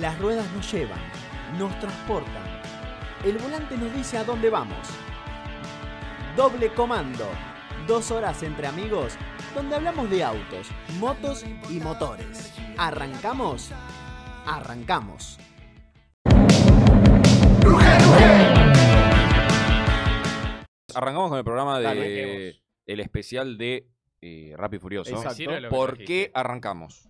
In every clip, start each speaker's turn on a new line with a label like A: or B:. A: Las ruedas nos llevan, nos transportan. El volante nos dice a dónde vamos. Doble comando. Dos horas entre amigos donde hablamos de autos, motos y motores. ¿Arrancamos? Arrancamos.
B: Arrancamos con el programa de
C: Arranquemos.
B: el especial de eh, Rápido y Furioso.
C: Exacto.
D: Decirle lo que
B: ¿Por qué
D: trajiste.
B: arrancamos?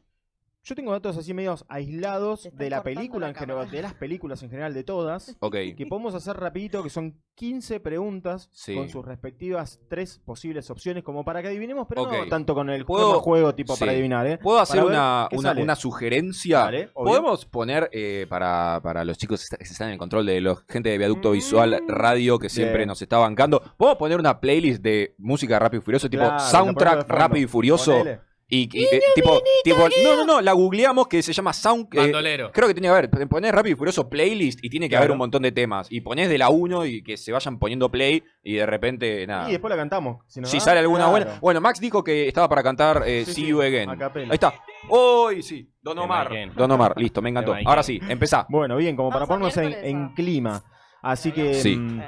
C: Yo tengo datos así medios aislados
E: Te están
C: de la
E: cortando
C: película
E: la
C: en general,
E: cámara.
C: de las películas en general de todas,
B: Ok.
C: que podemos hacer rapidito, que son 15 preguntas
B: Sí.
C: con sus respectivas tres posibles opciones, como para que adivinemos, pero
B: Ok.
C: no tanto con el
B: ¿Puedo-
C: tema juego tipo para
B: sí.
C: adivinar, ¿eh?
B: ¿Puedo hacer
C: Para ver
B: una,
C: qué
B: una-
C: sale.
B: una sugerencia?
C: Dale, obvio.
B: ¿Podemos poner eh, para, para los chicos que están en el control de los gente de Viaducto Visual Radio que siempre
C: Mm. Bien.
B: nos está bancando? ¿Podemos poner una playlist de música Rápido y Furioso, tipo
C: Claro, la ponemos de
B: soundtrack
C: fondo.
B: Rápido y Furioso?
C: Ponele.
B: Y, y- eh, tipo, tipo- no, no, no, la googleamos que se llama Sound. eh,
D: Bandolero.
B: creo que tiene que haber, p- ponés Rápido y Furioso playlist y tiene que haber
C: Claro.
B: un montón de temas. Y ponés de la 1 y que se vayan poniendo play y de repente, nada.
C: Y después la cantamos. Si,
B: Ah.
C: nos
B: si
C: da,
B: sale alguna
C: claro.
B: buena. Bueno, Max dijo que estaba para cantar eh,
C: Sí,
B: See
C: sí,
B: You Again.
C: a
B: Ahí
C: capela.
B: está. ¡Uy, sí! Don
D: De
B: Omar.
D: Mike Again.
B: Don Omar, listo, me encantó.
D: De Mike
B: Ahora sí,
D: Again.
B: empezá.
C: Bueno, bien, como para
E: Vamos a
C: ponernos en,
E: miércoles,
C: en
E: va.
C: clima. Así que,
B: Sí.
C: mm,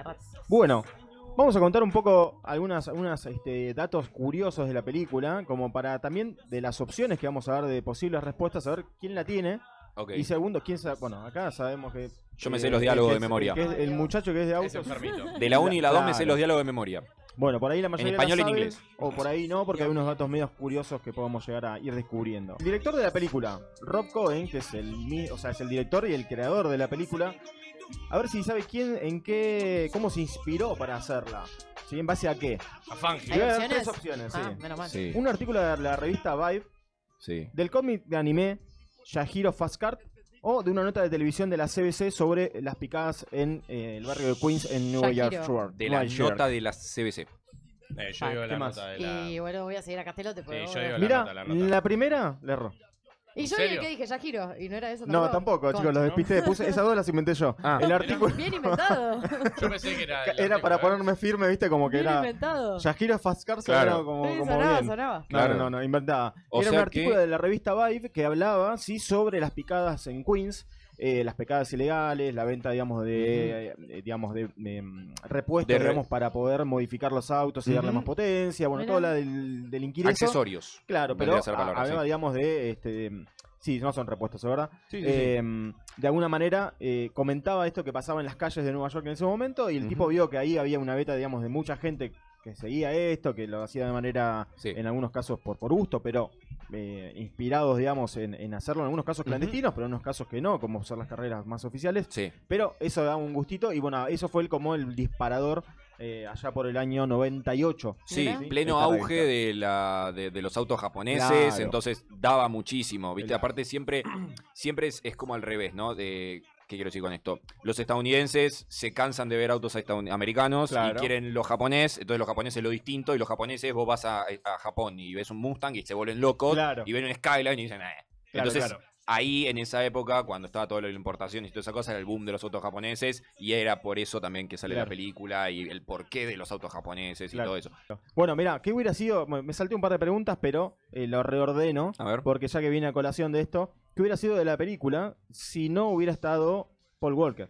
C: bueno, vamos a contar un poco algunas, algunas este, datos curiosos de la película, como para también de las opciones que vamos a dar de posibles respuestas, a ver quién la tiene.
B: Ok.
C: Y segundo, quién sabe, bueno, acá sabemos que...
B: Yo me
C: eh,
B: sé los
C: que
B: diálogos
C: es-
B: de memoria.
C: que es el muchacho que es de
D: Es
C: autos.
D: enfermito.
B: De la 1 y la 2 me
C: Claro.
B: sé los diálogos de memoria.
C: Bueno, por ahí la mayoría
B: En
C: la
B: español y en
C: sabe,
B: inglés.
C: O por ahí no, porque hay unos datos medios curiosos que podemos llegar a ir descubriendo. El director de la película, Rob Cohen, que es el, mi- o sea, es el director y el creador de la película. A ver si sabe quién, en qué, cómo se inspiró para hacerla. ¿Sí? ¿En base a qué?
D: A
C: Le
D: Fangio.
C: voy a dar
E: opciones?
C: tres opciones, sí.
E: Ah, menos mal.
B: Sí.
C: Un artículo de la revista Vibe,
B: Sí.
C: del cómic de anime Yahiro Fastcard o de una nota de televisión de la CBC sobre las picadas en eh, el barrio de Queens en Nueva
E: Yahiro.
C: York. Shore.
B: De la
C: Nueva York.
B: nota de la CBC.
D: Eh, yo
C: Ah,
D: digo
C: ¿qué
D: la
C: más?
D: nota de la...
E: Y bueno, voy a seguir a Castelote. porque
D: Sí,
E: vos-
D: yo digo la-
C: Mira,
D: nota, la
C: la,
D: nota.
C: primera le erró.
E: Y
D: ¿En
E: yo era el
D: serio?
E: que dije, ya giro. Y no era eso tampoco.
C: No, tampoco, chicos, los
D: ¿no?
C: despisté. Puse, esas dos las inventé yo.
B: Ah.
C: el artículo
E: Bien inventado.
D: Yo pensé que era... el
C: era para
D: artículo, ¿eh?
C: ponerme firme, viste, como que
E: Bien
C: era.
E: inventado.
C: Yajiro Fastcar
B: Claro.
C: como,
E: Sí,
C: como
E: sonaba,
C: bien.
E: sonaba.
B: Claro.
C: No, no, no, inventada.
B: O
C: era un
B: sea
C: artículo
B: que-
C: de la revista Vibe que hablaba, sí, sobre las picadas en Queens, eh, las picadas ilegales, la venta, digamos, de, eh, digamos, de em, repuestos,
B: De re-
C: digamos, para poder modificar los autos y darle
B: Ujú.
C: más potencia, bueno,
E: Mirá.
C: todo la del, delinquir eso.
B: Accesorios.
C: Claro, pero
B: Vendría a ser la
C: a-
B: palabra,
C: hablaba,
B: sí.
C: digamos, de, este, de- sí, no son repuestos, ¿verdad?
B: Sí, sí, sí.
C: Eh, de alguna manera eh, comentaba esto que pasaba en las calles de Nueva York en ese momento y el
B: Ujú.
C: tipo vio que ahí había una beta, digamos, de mucha gente que seguía esto, que lo hacía de manera,
B: Sí.
C: en algunos casos por, por gusto, pero eh, inspirados, digamos, en, en hacerlo en algunos casos
B: Ujú.
C: clandestinos, pero en unos casos que no, como ser las carreras más oficiales.
B: Sí.
C: Pero eso da un gustito y bueno, eso fue el, como el disparador eh, allá por el año 98.
B: Sí,
E: Mirá.
B: pleno
C: Esta
B: auge
C: revista.
B: de, la, de, de los autos japoneses,
C: Claro.
B: entonces daba muchísimo, ¿viste?
C: Claro.
B: Aparte siempre, siempre es, es como al revés, ¿no? De, ¿Qué quiero decir con esto? Los estadounidenses se cansan de ver autos estadoun- americanos y
C: Claro.
B: quieren los japoneses, entonces los japoneses lo distinto y los japoneses vos vas a, a Japón y ves un Mustang y se vuelven locos
C: Claro.
B: y ven un Skyline y dicen, "Eh".
C: Claro,
B: Entonces,
C: claro.
B: ahí en esa época, cuando estaba toda la importación y toda esa cosa, era el boom de los autos japoneses y era por eso también que sale la
C: Claro.
B: película y el porqué de los autos japoneses y
C: Claro.
B: todo eso.
C: Bueno, mira, ¿qué hubiera sido? Bueno, Me salté un par de preguntas, pero eh, lo reordeno,
B: A ver.
C: porque ya que viene a colación de esto, ¿qué hubiera sido de la película si no hubiera estado Paul Walker?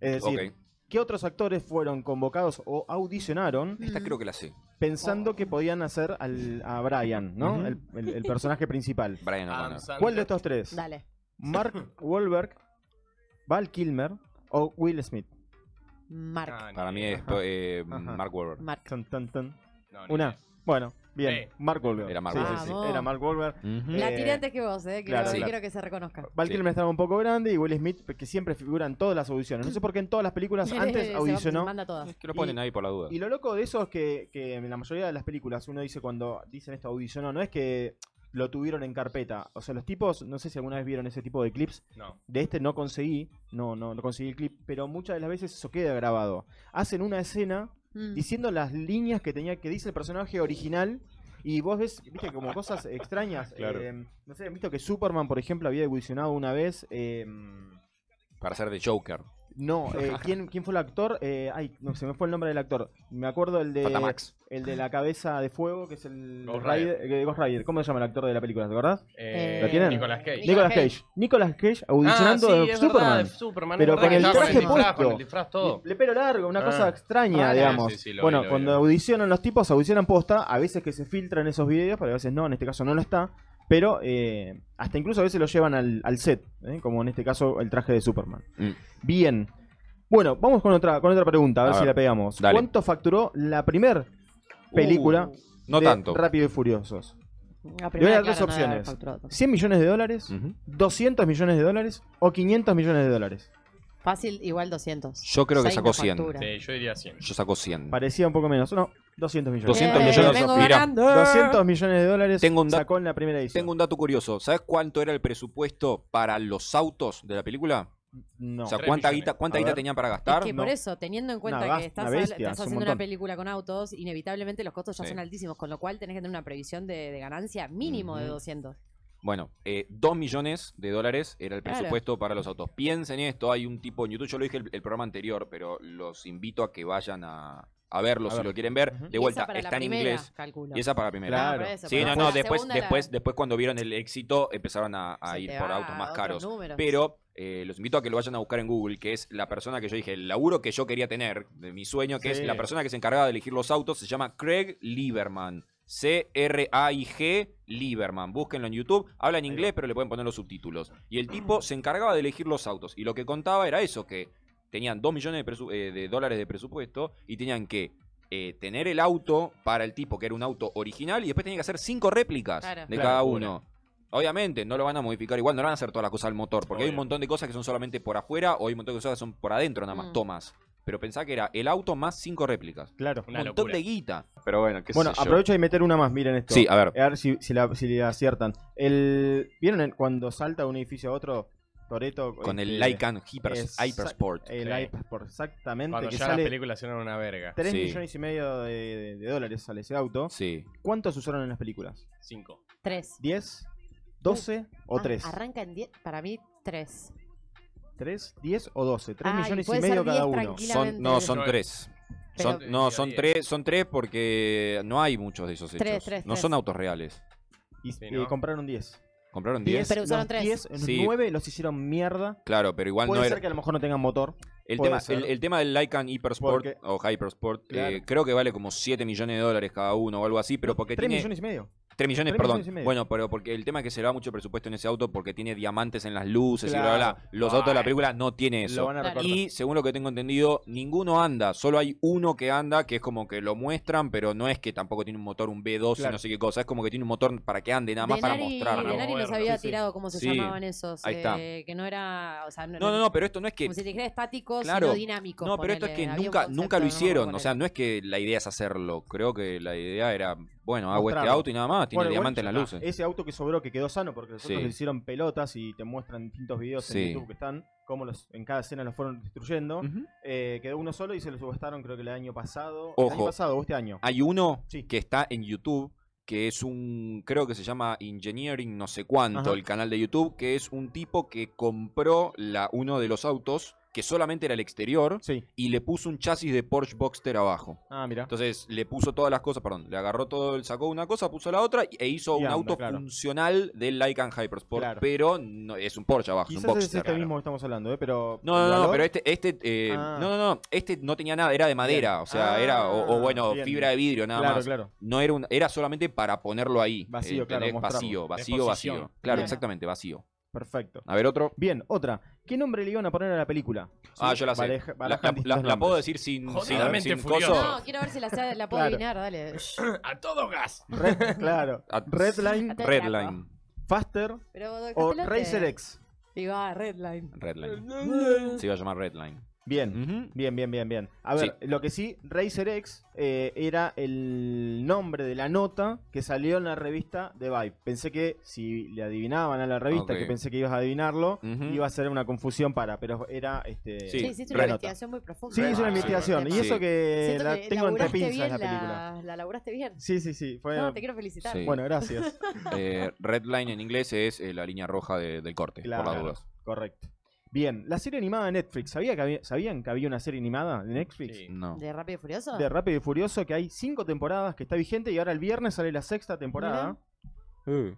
C: Es decir,
B: Ok.
C: ¿qué otros actores fueron convocados o audicionaron
B: Esta creo que la sé.
C: pensando que podían hacer al, a Brian, ¿no?
B: Ujú.
C: el, el- el personaje principal.
B: Brian
D: Adam
B: O'Connor.
D: Sandler.
C: ¿Cuál de estos tres?
E: Mm, Dale.
C: ¿Mark Wahlberg, Val Kilmer o Will Smith?
E: Mark.
D: Ah, ni
B: Para mí
D: idea.
B: es eh,
C: Ajá.
B: Mark Wahlberg.
E: Mark.
C: Tan, tan, tan.
D: No, ni
C: Una.
D: idea.
C: Bueno, bien.
D: Eh.
C: Mark Wahlberg.
B: Era Mark
C: Sí, sí,
E: Wahlberg.
C: sí,
E: Vamos.
C: Era Mark Wahlberg.
E: La
C: Eh,
E: tiré antes que vos, eh. Quiero,
C: claro,
B: sí.
E: quiero que se reconozca.
C: Val
B: Sí.
C: Kilmer estaba un poco grande y Will Smith, que siempre figuran todas las audiciones. No sé por qué en todas las películas
E: Se
C: antes
E: va- se
C: audicionó.
E: manda todas.
B: Que lo ponen ahí por la duda.
C: Y lo loco de eso es que, que en la mayoría de las películas uno dice cuando dicen esto audicionó, no es que lo tuvieron en carpeta. O sea, los tipos, no sé si alguna vez vieron ese tipo de clips.
D: No.
C: De este no conseguí, no, no, no conseguí el clip, pero muchas de las veces eso queda grabado. Hacen una escena
E: Mm.
C: diciendo las líneas que tenía que dice el personaje original y vos ves viste como cosas extrañas
B: Claro.
C: Eh, no sé han visto que Superman por ejemplo había evolucionado una vez eh,
B: Para ser de Joker.
C: No, eh, ¿quién, ¿quién fue el actor? Eh, ay, no, se me fue el nombre del actor. Me acuerdo el de,
B: Fatamax.
C: el de la cabeza de fuego, que es el
D: Ghost
C: eh, Ghost Rider. ¿Cómo se llama el actor de la película? ¿Te acordás?
D: Eh,
C: ¿Lo tienen?
D: Nicolas Cage.
E: Nicolas
C: Nicolas Cage. Nicolas Cage
D: Ah,
C: audicionando
D: sí,
C: de
D: es
C: Superman.
D: verdad, de Superman.
C: Pero
D: es verdad
C: con
D: que
C: el
D: estaba
C: traje puesto.
D: Con el disfraz todo.
C: Le pelo largo, una
D: Ah.
C: cosa extraña,
D: Ah,
C: digamos.
D: sí, sí, lo vi,
C: bueno,
D: lo vi,
C: cuando
D: lo vi.
C: audicionan los tipos, audicionan posta, a veces que se filtran esos videos, pero a veces no, en este caso no lo está. Pero eh, hasta incluso a veces lo llevan al, al set, ¿eh? como en este caso el traje de Superman.
B: Mm.
C: Bien. Bueno, vamos con otra, con otra pregunta, a ver
B: A
C: si
B: ver,
C: la pegamos.
B: dale.
C: ¿Cuánto facturó la primer
D: Uh.
C: película
B: Uh, No
C: de
B: tanto.
C: Rápido y Furiosos?
E: La
C: Le voy a
E: primera
C: dar dos
E: cara no debe haber
C: opciones.
E: facturado tanto.
C: ¿100 millones de dólares?
B: Ujú.
C: ¿200 millones de dólares? ¿O 500 millones de dólares?
E: Fácil, igual 200.
B: Yo creo que
E: Seis
B: sacó
E: no
B: 100.
E: factura.
D: Sí, yo diría 100.
B: Yo saco 100.
C: Parecía un poco menos, no, 200 millones.
B: 200
E: Eh,
B: Mm. millones,
E: vengo
B: mira.
E: ganando.
C: 200 millones de dólares
B: Tengo un dato-
C: sacó en la primera edición.
B: Tengo un dato curioso. ¿Sabes cuánto era el presupuesto para los autos de la película?
C: No.
B: o sea,
D: Tres
B: ¿cuánta
D: millones.
B: guita, cuánta
C: A
B: guita
C: ver.
B: tenían para
E: Es
B: gastar?
E: que
C: no.
E: por eso, teniendo en cuenta
C: Una bas-
E: que estás,
C: una
E: habla-
C: bestia,
E: estás
C: es un
E: haciendo
C: montón.
E: una película con autos, inevitablemente los costos ya
B: Sí.
E: son altísimos, con lo cual tenés que tener una previsión de, de ganancia mínimo de
B: Ujú.
E: 200.
B: Bueno, eh, 2 millones de dólares era el
E: Claro.
B: presupuesto para los autos. Piensen esto, hay un tipo en YouTube, yo lo dije el, el programa anterior, pero los invito a que vayan a, a verlo
C: A
B: si
C: ver.
B: lo quieren ver.
C: Ujú.
B: De vuelta,
E: Esa para la
B: está en
E: primera,
B: inglés.
E: calculo.
B: Y esa para la primera.
C: Claro.
E: por eso,
B: Sí,
E: pero
B: no,
E: para
B: no,
E: la
B: después,
E: segunda la-
B: después, después cuando vieron el éxito empezaron a, a
E: se
B: ir
E: te
B: por
E: va
B: autos más
E: a otros
B: caros.
E: números.
B: Pero eh, los invito a que lo vayan a buscar en Google, que es la persona que yo dije, el laburo que yo quería tener, de mi sueño, que
C: Sí.
B: es la persona que se encargaba de elegir los autos, se llama Craig Lieberman. C-R-A-I-G Lieberman. Búsquenlo en YouTube. Habla en inglés, pero le pueden poner los subtítulos. Y el
C: Ah.
B: tipo se encargaba de elegir los autos. Y lo que contaba era eso, que tenían 2 millones de, presu- eh, de dólares de presupuesto y tenían que eh, tener el auto para el tipo, que era un auto original, y después tenían que hacer cinco réplicas
E: Claro.
B: de
C: Claro,
B: cada
C: una.
B: uno. Obviamente, no lo van a modificar igual, no le van a hacer todas las cosas al motor, porque hay un
D: Obvio.
B: montón de cosas que son solamente por afuera o hay un montón de cosas que son por adentro, nada más,
E: Mm.
B: tomas. Pero pensá que era el auto más cinco réplicas.
C: Claro.
B: Un
D: Una
B: montón
D: locura.
B: de guita. Pero bueno, qué
C: Bueno,
B: sé yo.
C: aprovecho de meter una más, miren esto. Eh,
B: Sí, a ver.
C: A ver si, si la, si le aciertan. El, ¿Vieron el- cuando salta de un edificio a otro? Toreto.
B: Con el Lycan Hyper,
C: Exact-
B: Hypersport.
C: eh, El
D: Sí.
C: iPad, por- exactamente.
D: Cuando
C: que
D: ya las
C: sale
D: películas eran una verga.
C: 3
B: Sí.
C: millones y medio de, de- de dólares sale ese auto.
B: Sí.
C: ¿Cuántos usaron en las películas?
D: 5.
E: Tres.
C: ¿10? ¿12 o
E: Uh, Ah,
C: 3?
E: Arranca en 10, para mí 3.
C: ¿3, 10 o 12? 3
E: Ay,
C: millones y
E: puede
C: medio
E: ser
C: cada
E: 10
C: uno.
E: tranquila.
B: Son, no, son
D: No,
B: tres.
E: pero-
B: Son- no, son
D: Diez.
B: tres, son tres porque no hay muchos de esos hechos.
E: Tres, tres,
B: no
E: tres.
B: son autos reales.
C: Y,
D: Sí,
C: y
D: ¿no?
C: compraron 10.
B: ¿Compraron
C: 10
B: diez?
E: Pero usaron tres.
C: 10, en
B: Sí.
C: 9 los hicieron mierda.
B: Claro, pero igual
C: Puede
B: no
C: ser
B: era.
C: que a lo mejor no tengan motor.
B: El
C: puede
B: tema,
C: ser.
B: el, el tema del Lycan Hypersport
C: Porque-
B: o Hypersport,
C: Claro.
B: eh, creo que vale como 7 millones de dólares cada uno o algo así, pero porque
C: 3
B: tiene.
C: millones y medio.
B: 3 millones,
C: Tres
B: perdón.
C: millones y medio.
B: bueno, pero porque el tema es que se le va mucho presupuesto en ese auto porque tiene diamantes en las luces y bla, bla,
C: Claro.
B: bla. Los autos de la
D: Ay.
B: película no tiene eso.
C: Lo van a
E: Claro.
C: recortar.
B: Y según lo que tengo entendido, ninguno anda. Solo hay uno que anda, que es como que lo muestran, pero no es que tampoco tiene un motor, un B2 y
C: Claro.
B: no sé qué cosa. Es como que tiene un motor para que ande, nada más para
E: Denari-
B: mostrar. ¿no?
D: de
E: Denari
D: Bueno,
E: nos había
C: sí, sí.
E: tirado cómo se
B: Sí.
E: llamaban esos.
B: Ahí está.
E: eh, que no era. O sea,
B: No, no, no, pero esto no es que
E: Como si te dijera estáticos,
B: Claro.
E: sino dinámicos.
B: No, pero esto es
E: ponele.
B: que
E: Había un
B: nunca,
E: concepto,
B: nunca
E: no
B: lo
E: me acuerdo
B: hicieron.
E: cuál
B: O
E: era.
B: sea, no es que la idea es hacerlo. Creo que la idea era, bueno, hago este
C: Mostrarlo.
B: auto y nada más. Tiene
C: Bueno, igual
B: diamante en
C: ya
B: las
C: está.
B: luces.
C: Ese auto que sobró, que quedó sano, porque los
B: Sí.
C: otros le hicieron pelotas y te muestran distintos videos en
B: Sí.
C: YouTube que están, cómo los, en cada escena los fueron destruyendo.
B: Ujú.
C: Eh, quedó uno solo y se lo subastaron creo que el año pasado. El
B: Ojo.
C: año pasado o este año.
B: Hay uno
C: Sí.
B: que está en YouTube, que es un, creo que se llama Engineering no sé cuánto,
C: Ajá.
B: el canal de YouTube, que es un tipo que compró la, uno de los autos, que solamente era el exterior,
C: Sí.
B: y le puso un chasis de Porsche Boxster abajo.
C: Ah, mira.
B: Entonces le puso todas las cosas, perdón, le agarró todo, el- sacó una cosa, puso la otra y- e hizo
C: Y
B: un
C: anda,
B: auto
C: claro.
B: funcional del Lycan Hypersport,
C: Claro.
B: pero no, es un Porsche abajo, es un
C: Quizás es
B: Boxster.
C: este
B: claro.
C: mismo que estamos hablando, ¿eh? Pero.
B: No, no, no,
C: ¿valor?
B: pero este, este, eh,
C: Ah.
B: no, no, no, este no tenía nada, era de madera, o sea,
C: Ah,
B: era, o, o bueno,
C: bien.
B: fibra de vidrio nada
C: Claro,
B: más.
C: claro.
B: No era un, era solamente para ponerlo ahí.
C: Vacío, claro,
B: ¿entendés?
C: mostrarlo.
B: Vacío, vacío, vacío.
D: Exposición.
B: Claro,
E: Claro.
B: exactamente, vacío.
C: Perfecto.
B: A ver, otro.
C: Bien, otra. ¿Qué nombre le iban a poner a la película?
B: Ah,
C: Sí,
B: yo la sé.
C: baraja-
B: La-
C: barajan
B: la, la-
C: distintos
B: la puedo
C: nombres.
B: decir sin, sin,
D: Jodidamente
B: sin
D: furioso.
B: coso.
E: No, quiero ver si la, sé- la puedo
C: Claro.
E: adivinar, dale.
D: A todo gas.
C: Red, claro.
B: A-
C: Redline,
E: Ate-
B: Redline.
C: Faster
E: Pero,
C: o
E: dejátelo que-
C: Racer X.
E: Digo, ah, Redline.
B: Redline. Se iba a llamar Redline.
C: Bien.
B: Ujú.
C: Bien, bien, bien, bien. A ver, lo que sí, Racer X eh, era el nombre de la nota que salió en la revista de Vibe. Pensé que si le adivinaban a la revista,
B: Ok.
C: que pensé que ibas a adivinarlo,
B: Ujú.
C: iba a ser una confusión para, pero era este.
B: Sí,
E: Sí, hiciste una
B: Renota.
E: investigación muy profunda.
C: Sí,
D: Re-
C: es una
D: Ah,
C: investigación.
E: sobre
C: Y
E: el
B: sí.
C: eso
E: tema.
C: que
E: Siento
C: la
E: que
C: tengo entre
E: laburaste
C: pinzas
E: bien
C: la película.
E: La, la laburaste bien.
C: Sí, sí, sí. Fue...
E: No, te quiero felicitar.
B: Sí.
C: Bueno, gracias.
B: Eh, Redline en inglés es eh, la línea roja de- del corte, por
C: Claro.
B: las dudas.
C: Correcto. Bien, la serie animada de Netflix. ¿Sabía que había- ¿Sabían que había una serie animada de Netflix?
D: Sí.
B: No.
E: ¿De Rápido y Furioso?
C: De Rápido y Furioso, que hay cinco temporadas, que está vigente y ahora el viernes sale la sexta temporada.
B: Uh.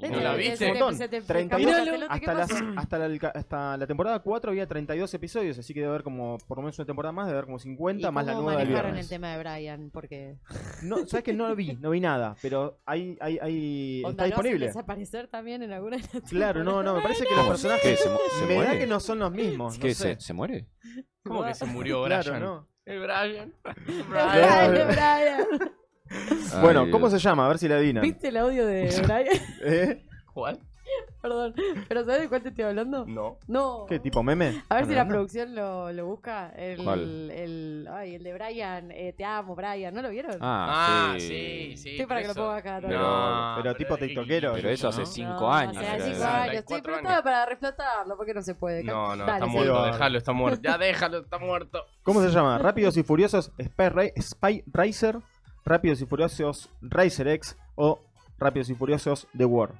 E: Ven,
D: ¿No la
E: te-
D: viste?
E: te-
C: Montón.
E: se te-
C: 32
E: te- te- te-
C: Hasta,
E: ¿qué
C: las-
E: pasa?
C: hasta, la, alca- hasta la temporada 4 había 32 episodios, así que debe haber como, por lo menos una temporada más, debe haber como 50,
E: ¿Y
C: más la
E: cómo
C: nueva del
E: manejaron
C: viernes.
E: el tema de Brian? Porque
C: No, sabes que no lo vi, no vi nada, pero hay, hay, hay- está
E: onda, ¿lo hacen
C: disponible.
E: desaparecer también en alguna de las
C: Claro, no, no, me parece que los
B: ¿Cómo? ¿Qué?
C: personajes
B: ¿Se, mu- se
C: me da
B: muere?
C: que no son los mismos. no
B: ¿Qué?
C: sé.
B: ¿Se, se muere?
D: ¿Cómo que se murió Brian?
C: Claro, no.
D: El Brian.
E: temporadas?
C: Brian.
E: Brian.
C: Bueno,
B: Ay,
C: ¿cómo
B: Dios.
C: se llama? A ver si la adivinan.
E: ¿Viste el audio de Brian?
C: ¿Eh?
D: ¿Cuál?
E: Perdón. ¿Pero sabes de cuál te estoy hablando?
D: No.
E: No.
C: Mm. ¿Qué tipo meme?
E: A ver si la
C: ¿Anda?
E: producción lo, lo busca. El,
B: ¿Cuál?
E: El, ay, el de Brian. eh, te amo, Brian. ¿no lo vieron?
B: Ah,
D: Ah, sí, sí.
E: Estoy para que lo
D: pero
E: ponga
D: eso-
E: acá.
B: Pero-
E: No,
C: pero tipo
D: de-
C: tiktokero.
B: Pero eso hace
D: ¿no?
B: cinco
E: no,
B: años.
E: hace
B: era
E: cinco
B: eso.
E: años. Estoy
D: 64
E: preparada
D: años.
E: para reflotarlo porque no se puede.
D: No, no,
E: Dale,
D: está
E: sí.
D: muerto,
C: Seba.
D: déjalo, está muerto. Ya déjalo, está muerto.
C: ¿Cómo se llama? Rápidos y Furiosos Spy, Ra- Spy Racer, Rápidos y Furiosos Racer X o Rápidos y Furiosos The War.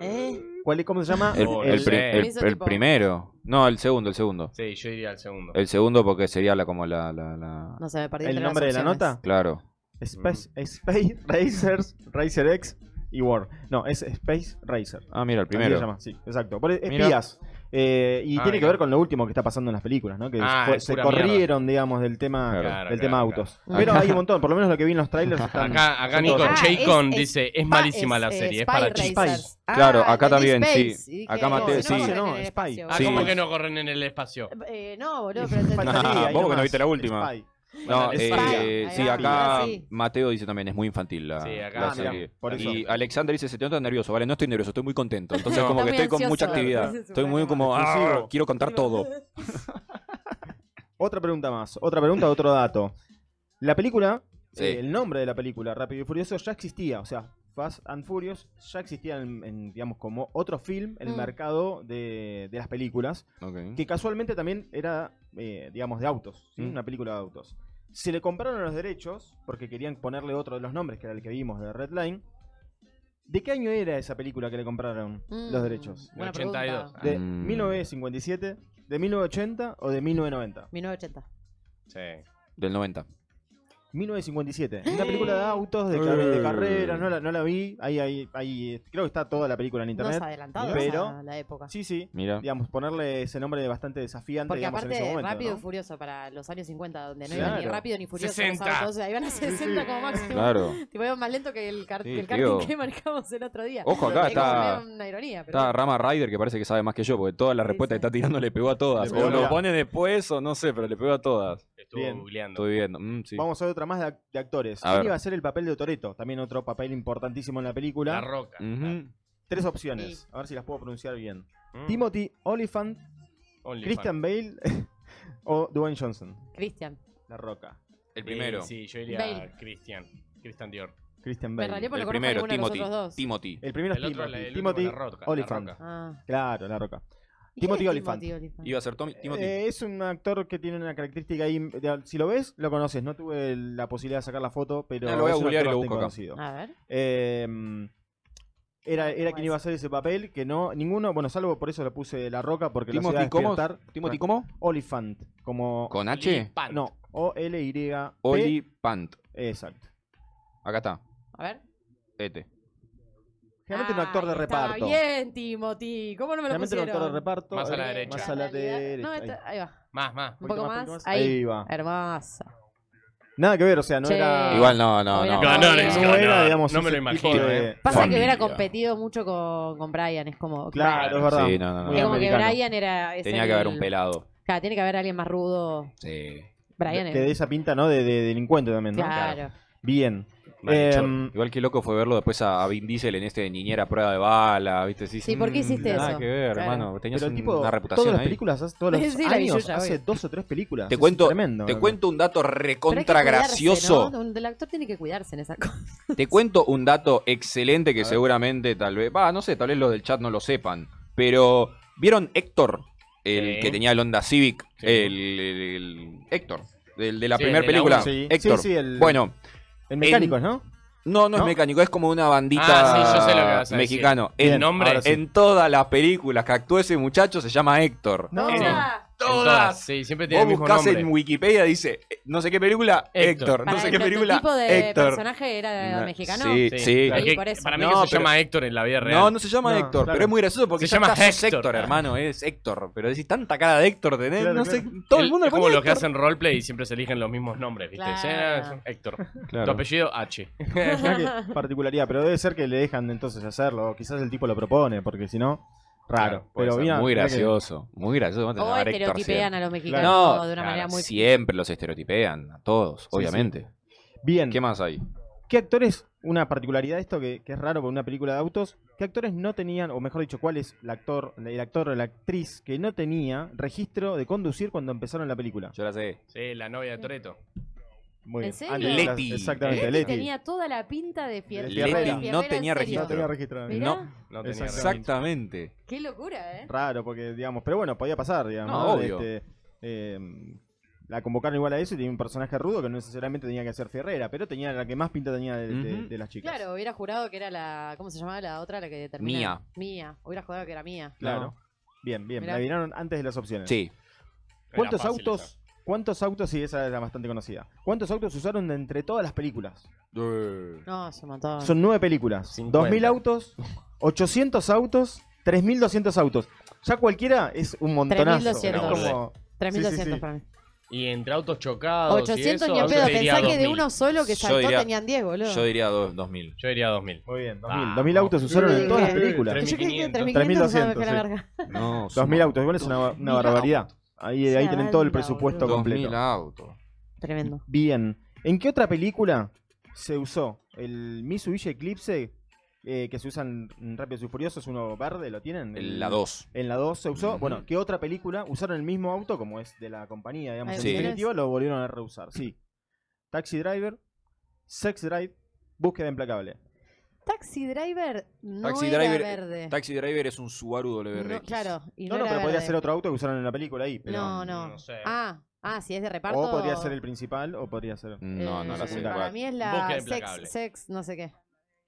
E: ¿Eh?
C: ¿Cuál, ¿Cómo se llama?
B: El,
D: Oh,
B: el
D: no
B: pri-
D: sé.
B: el-
E: Eso
B: el
E: tipo-
B: primero. No, el segundo, el segundo.
D: Sí, yo iría al segundo.
B: El segundo porque sería la como la... la- la-
E: No se me perdió
C: el nombre de la nota.
B: Claro.
C: Space, Space Racers, Racer X y War. No, es Space Racer.
B: Ah, mira, el
C: Así se
B: primero.
C: llama, sí, exacto. Por- e,
B: Mira.
C: espías. Eh, y
D: Ah,
C: tiene que
D: mira.
C: ver con lo último que está pasando en las películas, ¿no? Que
D: Ah,
C: fue-
D: es
C: se
D: pura
C: corrieron, digamos, del tema
B: Claro.
C: del tema
D: claro,
C: autos.
E: claro.
C: Pero
B: Acá-
C: hay un montón, por lo menos lo que vi en los trailers están.
D: Acá, acá
C: son
D: Nico
C: todos.
E: Ah,
D: Chacon
E: es- eh,
D: dice, es malísima la serie, es para
C: Racer.
D: chicos.
C: Racers.
E: Ah,
B: Claro, acá también, sí. Acá Mateo, sí.
C: No, Spy.
D: Ah,
B: Sí.
D: ¿cómo que no corren en el espacio?
E: Eh, no, boludo, pero entendí.
B: Nah,
C: ahí
B: vos que no
C: nomás.
B: viste la última.
C: Spy.
B: No,
D: Bueno,
B: eh,
E: España,
B: eh,
E: ahí
B: sí,
E: va.
B: acá
E: Mira, sí.
B: Mateo dice también, es muy infantil la,
D: Sí, acá
B: la
D: Ah,
C: mirá,
B: serie.
C: por eso.
B: Y Alexander dice, se te nota nervioso. Vale, no estoy nervioso, estoy muy contento. Entonces
D: No.
B: como que
E: Está muy
B: estoy con mucha
E: ansioso.
B: actividad.
E: Ese es su
B: Estoy muy
E: problema.
B: como, ah,
C: Exclusivo.
B: quiero contar todo.
C: Otra pregunta más, otra pregunta, otro dato. La película,
B: Sí.
C: eh, el nombre de la película, Rápido y Furioso, ya existía, o sea, Fast and Furious ya existía en, en, digamos, como otro film en el
E: Mm.
C: mercado de, de las películas,
B: Ok.
C: que casualmente también era, eh, digamos, de autos, ¿sí?
B: Mm.
C: una película de autos. Se le compraron los derechos, porque querían ponerle otro de los nombres, que era el que vimos de Red Line. ¿De qué año era esa película que le compraron
E: Mm.
C: los derechos?
E: Buena
D: 82.
E: pregunta.
C: ¿De
B: Mm.
C: 1957, de 1980 o de 1990?
E: 1980.
D: Sí.
B: Del 90.
C: 1957. Una película de autos, de, car- de carreras, no la, no la vi. Ahí, ahí, ahí, eh, creo que está toda la película en internet.
E: Nos adelantados
C: pero-
E: a la época.
C: Sí, sí.
B: Mira.
C: Digamos, ponerle ese nombre es bastante desafiante,
E: Porque
C: digamos, en
E: aparte,
C: ese momento.
E: rápido
C: ¿no?
E: y furioso para los años 50, donde no iban ni
C: Claro.
E: rápido ni furioso.
D: 60.
E: Entonces ahí van a 60 como máximo.
B: Claro.
E: Tipo, iban más lento que el, car-
B: Sí,
E: que el
B: tío.
E: karting que manejamos el otro día.
B: Ojo, acá
E: Es como
B: está,
E: medio una ironía, pero
B: está
E: bueno.
B: Rama Rider que parece que sabe más que yo, porque todas las
E: Sí,
B: respuestas
E: sí.
B: que está tirando le pegó a todas.
C: Le pegó
B: O lo
C: la-
B: pone después o no sé, pero le pegó a todas.
D: Estuvo
C: Bien.
D: googleando.
B: Estoy viendo. Mm, sí.
C: Vamos a ver otra más de, ac- de actores.
B: A
C: ¿Quién
B: ver.
C: iba a ser el papel de Toreto? También otro papel importantísimo en la
D: La
C: película.
D: roca.
B: Ujú.
C: Tres opciones. A ver si las puedo pronunciar bien.
D: Mm. Ah,
C: Timothy Oliphant,
D: Only
C: Christian Bale o Dwayne Johnson.
E: Cristian.
C: La Roca.
B: El
D: fan.
B: primero.
D: Eh, Sí, yo iría
E: Bale.
D: a Christian. Christian Dior.
C: Christian
E: Me
C: Bale.
E: rayé por
B: El
E: lo
B: primero,
E: conozco a ninguno de
B: Timothy.
E: los otros dos.
B: Timothy.
C: El primero es
D: El otro,
C: Timothy.
D: el último,
C: Timothy
D: la roca. la
C: Olyphant.
D: roca.
E: Ah.
C: Claro, La Roca.
E: ¿Y quién es
C: Timothy Olyphant.
E: Timothy Olyphant?
B: Iba a ser Tommy. Timothy.
C: Eh, es un actor que tiene una característica ahí. de- si lo ves, lo conoces. No tuve la posibilidad de sacar la foto, pero.
B: Ah, lo voy a
C: es un
B: googlear y
C: actor
B: lo
C: bastante
B: busco acá.
C: conocido.
E: A ver.
C: Eh, era, era quien iba a hacer ese papel, que no, ninguno, bueno, salvo por eso le puse la roca, porque lo hacía
B: Timothy, ¿cómo?
C: despertar.
B: Timothy, ¿cómo?
C: Olifant, como.
B: ¿Con
D: Lee
B: H?
D: Pant.
C: No, O-L-Y.
B: Oli Pant.
C: Exacto.
B: Acá está.
E: A ver.
B: Este.
C: Generalmente un actor de
E: Ay, Ah, está
C: reparto.
E: bien, Timothy. ¿Cómo no me lo
C: Generalmente un
E: pusieron?
C: actor de reparto.
D: Más a la
C: eh,
D: derecha.
C: Más a la derecha.
E: No,
C: ahí.
E: está- ahí va.
D: Más, más.
E: Un poco
C: poquito
E: más.
C: poquito
E: Ahí.
C: Ahí va.
E: Hermosa.
C: Nada que ver, o sea, no
E: Che.
C: era.
B: Igual no, no,
E: Hubiera
B: no.
E: ganado. Ganadores,
C: no
E: ganó.
C: era, digamos,
D: No me lo
C: ese tipo
D: imagino,
C: de-
D: eh.
E: Pasa que
B: Familia.
E: hubiera competido mucho con, con Brian. Es como.
C: Claro, es
D: Claro,
C: verdad.
B: sí, no, no, no.
E: Brian.
C: Muy
E: Es como que
C: americano.
E: Brian era. es
B: Tenía
E: el-
B: que haber un pelado.
E: Claro, tiene que haber alguien más rudo.
B: Sí.
E: Brian
C: Que de
E: es.
C: esa pinta, ¿no? De, de delincuente también, ¿no?
E: Claro.
C: Bien.
D: Vale, chorro.
C: Em,
B: Igual que loco fue verlo después a, a Vin Diesel en este de niñera a prueba de bala, ¿viste? Sí,
E: Sí, ¿por qué hiciste
B: nada
E: eso?
B: que ver,
E: Claro.
B: hermano. Tenías
C: pero el
B: un-
C: tipo,
B: una
C: todas
B: reputación
C: las
B: ahí.
C: películas, hace- todos los
E: Sí, la
C: años,
E: billulla,
C: hace
E: obvio.
C: dos o tres películas.
B: Te
C: Es
B: cuento,
C: tremendo,
B: te
C: ¿no?
B: cuento un dato
E: Pero hay que
B: recontra
E: cuidarse,
B: gracioso.
E: ¿no? Del actor tiene que cuidarse en esa cosa.
B: Te cuento un dato excelente
C: A
B: que
C: ver.
B: seguramente tal vez, va, no sé, tal vez los del chat no lo sepan, pero ¿vieron Héctor? El
D: Sí.
B: que tenía el Honda Civic,
D: Sí.
B: el, el- el- Héctor, el de la
D: Sí,
B: primera
D: el de la
B: película.
D: uno.
C: Sí.
B: Héctor.
C: Sí, sí, el-
B: Bueno,
C: En mecánicos, ¿no?
B: No, no,
C: ¿No?
B: es mecánico, es como una bandita
D: Ah, sí, yo sé lo que vas a decir.
B: mexicano.
D: El
B: En,
D: nombre.
B: ahora sí. en todas las películas que actúa ese muchacho se llama Héctor.
C: No.
E: Ah,
D: En todas. Sí, siempre tiene
B: Vos
D: el mismo
B: buscás
D: nombre.
B: en Wikipedia, dice, eh, no sé qué película, Héctor.
D: Héctor.
B: No
E: para
B: sé
E: el
B: qué película,
E: tipo de
B: Héctor.
E: personaje era
B: Na-
E: mexicano.
B: Sí,
D: Sí,
B: sí.
D: claro.
E: Sí, por eso.
D: Para mí
B: No,
D: que se
B: pero-
D: llama Héctor en la vida real.
B: No, no se llama
C: No,
B: Héctor,
C: claro.
B: pero es muy gracioso porque
D: Se
B: ya
D: llama
B: está, sos
D: Héctor.
B: hermano, es Héctor. Pero decís tanta cara de Héctor tenés,
C: Claro,
B: no
C: claro.
B: sé, todo el, mundo le
D: es como
B: pone
D: lo que
B: Héctor.
D: hacen roleplay y siempre se eligen los mismos nombres, ¿viste?
E: Claro.
D: Sí, ah, es Héctor. Tu apellido H.
C: Mirá qué particularidad, pero debe ser que le dejan entonces hacerlo. o Quizás el tipo lo propone, porque si no, raro.
B: Claro, puede
C: Pero
B: ser.
C: mira,
B: muy
C: mirá que-
B: gracioso, muy gracioso. ¿cómo te
E: O
B: llamar Héctor
E: estereotipean
B: siempre?
E: a los mexicanos
B: No,
E: de una
B: claro,
E: manera muy.
B: siempre los estereotipean, a todos, obviamente.
C: Bien.
B: ¿Qué más hay?
C: ¿Qué actores, una particularidad de esto que, que es raro por una película de autos, qué actores no tenían, o mejor dicho, cuál es el actor, el actor o la actriz que no tenía registro de conducir cuando empezaron la película?
B: Yo la sé.
D: Sí, la novia de Toreto.
C: Muy
E: ¿En
C: bien.
E: serio?
C: Antes de las-
B: Leti.
C: Exactamente,
E: Leti
C: Leti.
E: tenía toda la pinta de fier-
C: Leti
B: Leti
C: Herrera.
E: de
B: no
E: fierrera,
B: tenía
E: en serio.
C: No tenía
B: registro.
C: registro.
E: Mirá,
B: No.
D: No tenía
C: Exacto.
D: razón.
B: Exactamente.
E: Qué locura, ¿eh?
C: Raro, porque digamos, pero bueno, podía pasar, digamos.
B: No, obvio.
C: Este, eh, la convocaron igual a eso y tenía un personaje rudo que no necesariamente tenía que ser Ferrera, pero tenía la que más pinta tenía de, de-
B: Ujú.
C: de las chicas.
E: Claro, hubiera jurado que era la. ¿Cómo se llamaba la otra? La que termina.
B: Mía.
E: Mía. Hubiera jurado que era mía.
C: Claro.
B: No.
C: Bien, bien.
E: Mirá.
C: La viraron antes de las opciones.
B: Sí.
D: Era
C: ¿Cuántos
D: fácil
C: autos?
D: esa.
C: ¿Cuántos autos? Sí, esa era bastante conocida. ¿Cuántos autos usaron de entre todas las películas?
B: Eh,
E: No, se mató.
C: Son nueve películas.
D: 50.
C: 2.000 autos, 800 autos, 3.200 autos. Ya cualquiera es un montonazo.
E: 3.200.
C: Es como-
E: 3.200
C: sí, sí, sí.
E: para mí.
D: Y entre autos chocados.
E: 800
D: y eso,
E: ni en
D: yo
E: pedo.
D: diría
E: Pensá que de
D: 2000.
E: uno solo que
B: Yo
E: saltó
B: diría-
E: tenían 10, boludo.
B: Yo diría do- 2000.
D: Yo diría 2000.
C: Muy bien, 2.000.
D: Ah,
C: 2.000 autos se usaron en todas las películas.
D: Tres-
E: Yo creí que
D: 3.500.
E: 3.500 usaba
C: 3.200,
E: la
C: sí.
E: verga.
B: No,
C: 2.000 autos, igual es una, una barbaridad. Ahí, ahí
E: Esa
C: tienen todo el
E: banda,
C: presupuesto
E: boludo.
C: completo.
B: 2000 autos.
E: Tremendo.
C: Bien. ¿En qué otra película se usó el Mitsubishi Eclipse eh, que se usan en Rápidos y Furiosos? Uno verde, ¿lo tienen?
B: El-
E: Mm.
B: La 2.
C: En la 2 se usó.
B: Ujú.
C: Bueno, ¿qué otra película? Usaron el mismo auto, como es de la compañía, digamos.
E: Ah,
C: En
B: sí.
C: definitiva, lo volvieron a reusar. Sí. Taxi Driver, Sex Drive, Búsqueda Implacable.
E: Taxi Driver no
B: Taxi
E: era
B: Driver-
E: verde.
B: Taxi Driver es un Subaru WRX.
E: Eh. No, claro. Y
C: No,
E: no,
C: no,
E: era
C: pero podría
E: verde.
C: ser otro auto que usaron en la película ahí. Pero...
E: No, no.
D: No sé.
E: Ah, ah, si es de reparto.
C: O podría ser el principal, o podría ser.
B: No, no
E: eh,
B: la sé.
E: Para
C: Igual.
E: mí es
D: Búsqueda
E: la
D: implacable.
E: sex, sex, no sé qué.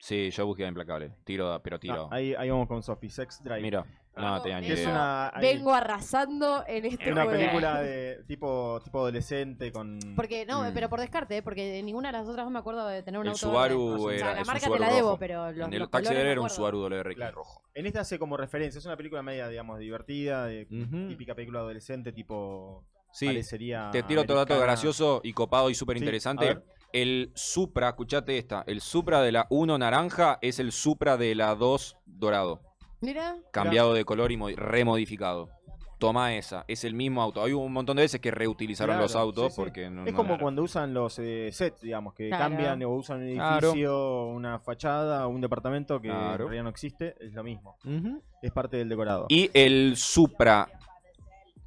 B: Sí, yo busqué a implacable. Tiro, pero tiro.
C: No, Ah, ahí, ahí vamos con Sophie, Sex Drive.
B: Mira, no
E: Ah,
B: tenía ni
C: Que es
E: Eso.
B: idea.
C: una, ahí-
E: Vengo arrasando en este
C: una
E: juego.
C: película de tipo, tipo adolescente con.
E: Porque, no,
B: Mm.
E: pero por descarte, ¿eh? porque de ninguna de las otras no me acuerdo de tener un
B: El
E: auto
B: Subaru
E: verde. o sea,
B: era-
E: la
B: es un
E: marca te
B: Subaru
E: la debo,
B: rojo.
E: pero los,
B: En el
E: los
B: Taxi
E: colores
B: Driver
E: me
B: era un
E: acuerdo.
B: Subaru WRX
C: Claro.
B: rojo.
C: En esta hace como referencia, es una película media, digamos, divertida, de
B: Ujú.
C: típica película adolescente, tipo.
B: Mm. Sí,
C: parecería
B: te tiro otro dato
C: americana.
B: gracioso y copado y súper
C: Sí,
B: interesante.
C: a ver.
B: el Supra, escuchate esta, el Supra de la 1 naranja es el Supra de la 2 dorado.
E: Mira,
B: cambiado de color y mo- remodificado. Toma esa, es el mismo auto. Hay un montón de veces que reutilizaron
C: Claro,
B: los autos
C: sí, sí.
B: porque no,
C: Es
B: no
C: como
B: era-
C: cuando usan los eh, sets, digamos, que
E: Claro.
C: cambian o usan un
B: Claro.
C: edificio, una fachada, un departamento que
B: Claro.
C: en realidad no existe, es lo mismo.
B: Ujú.
C: Es parte del decorado.
B: Y el Supra.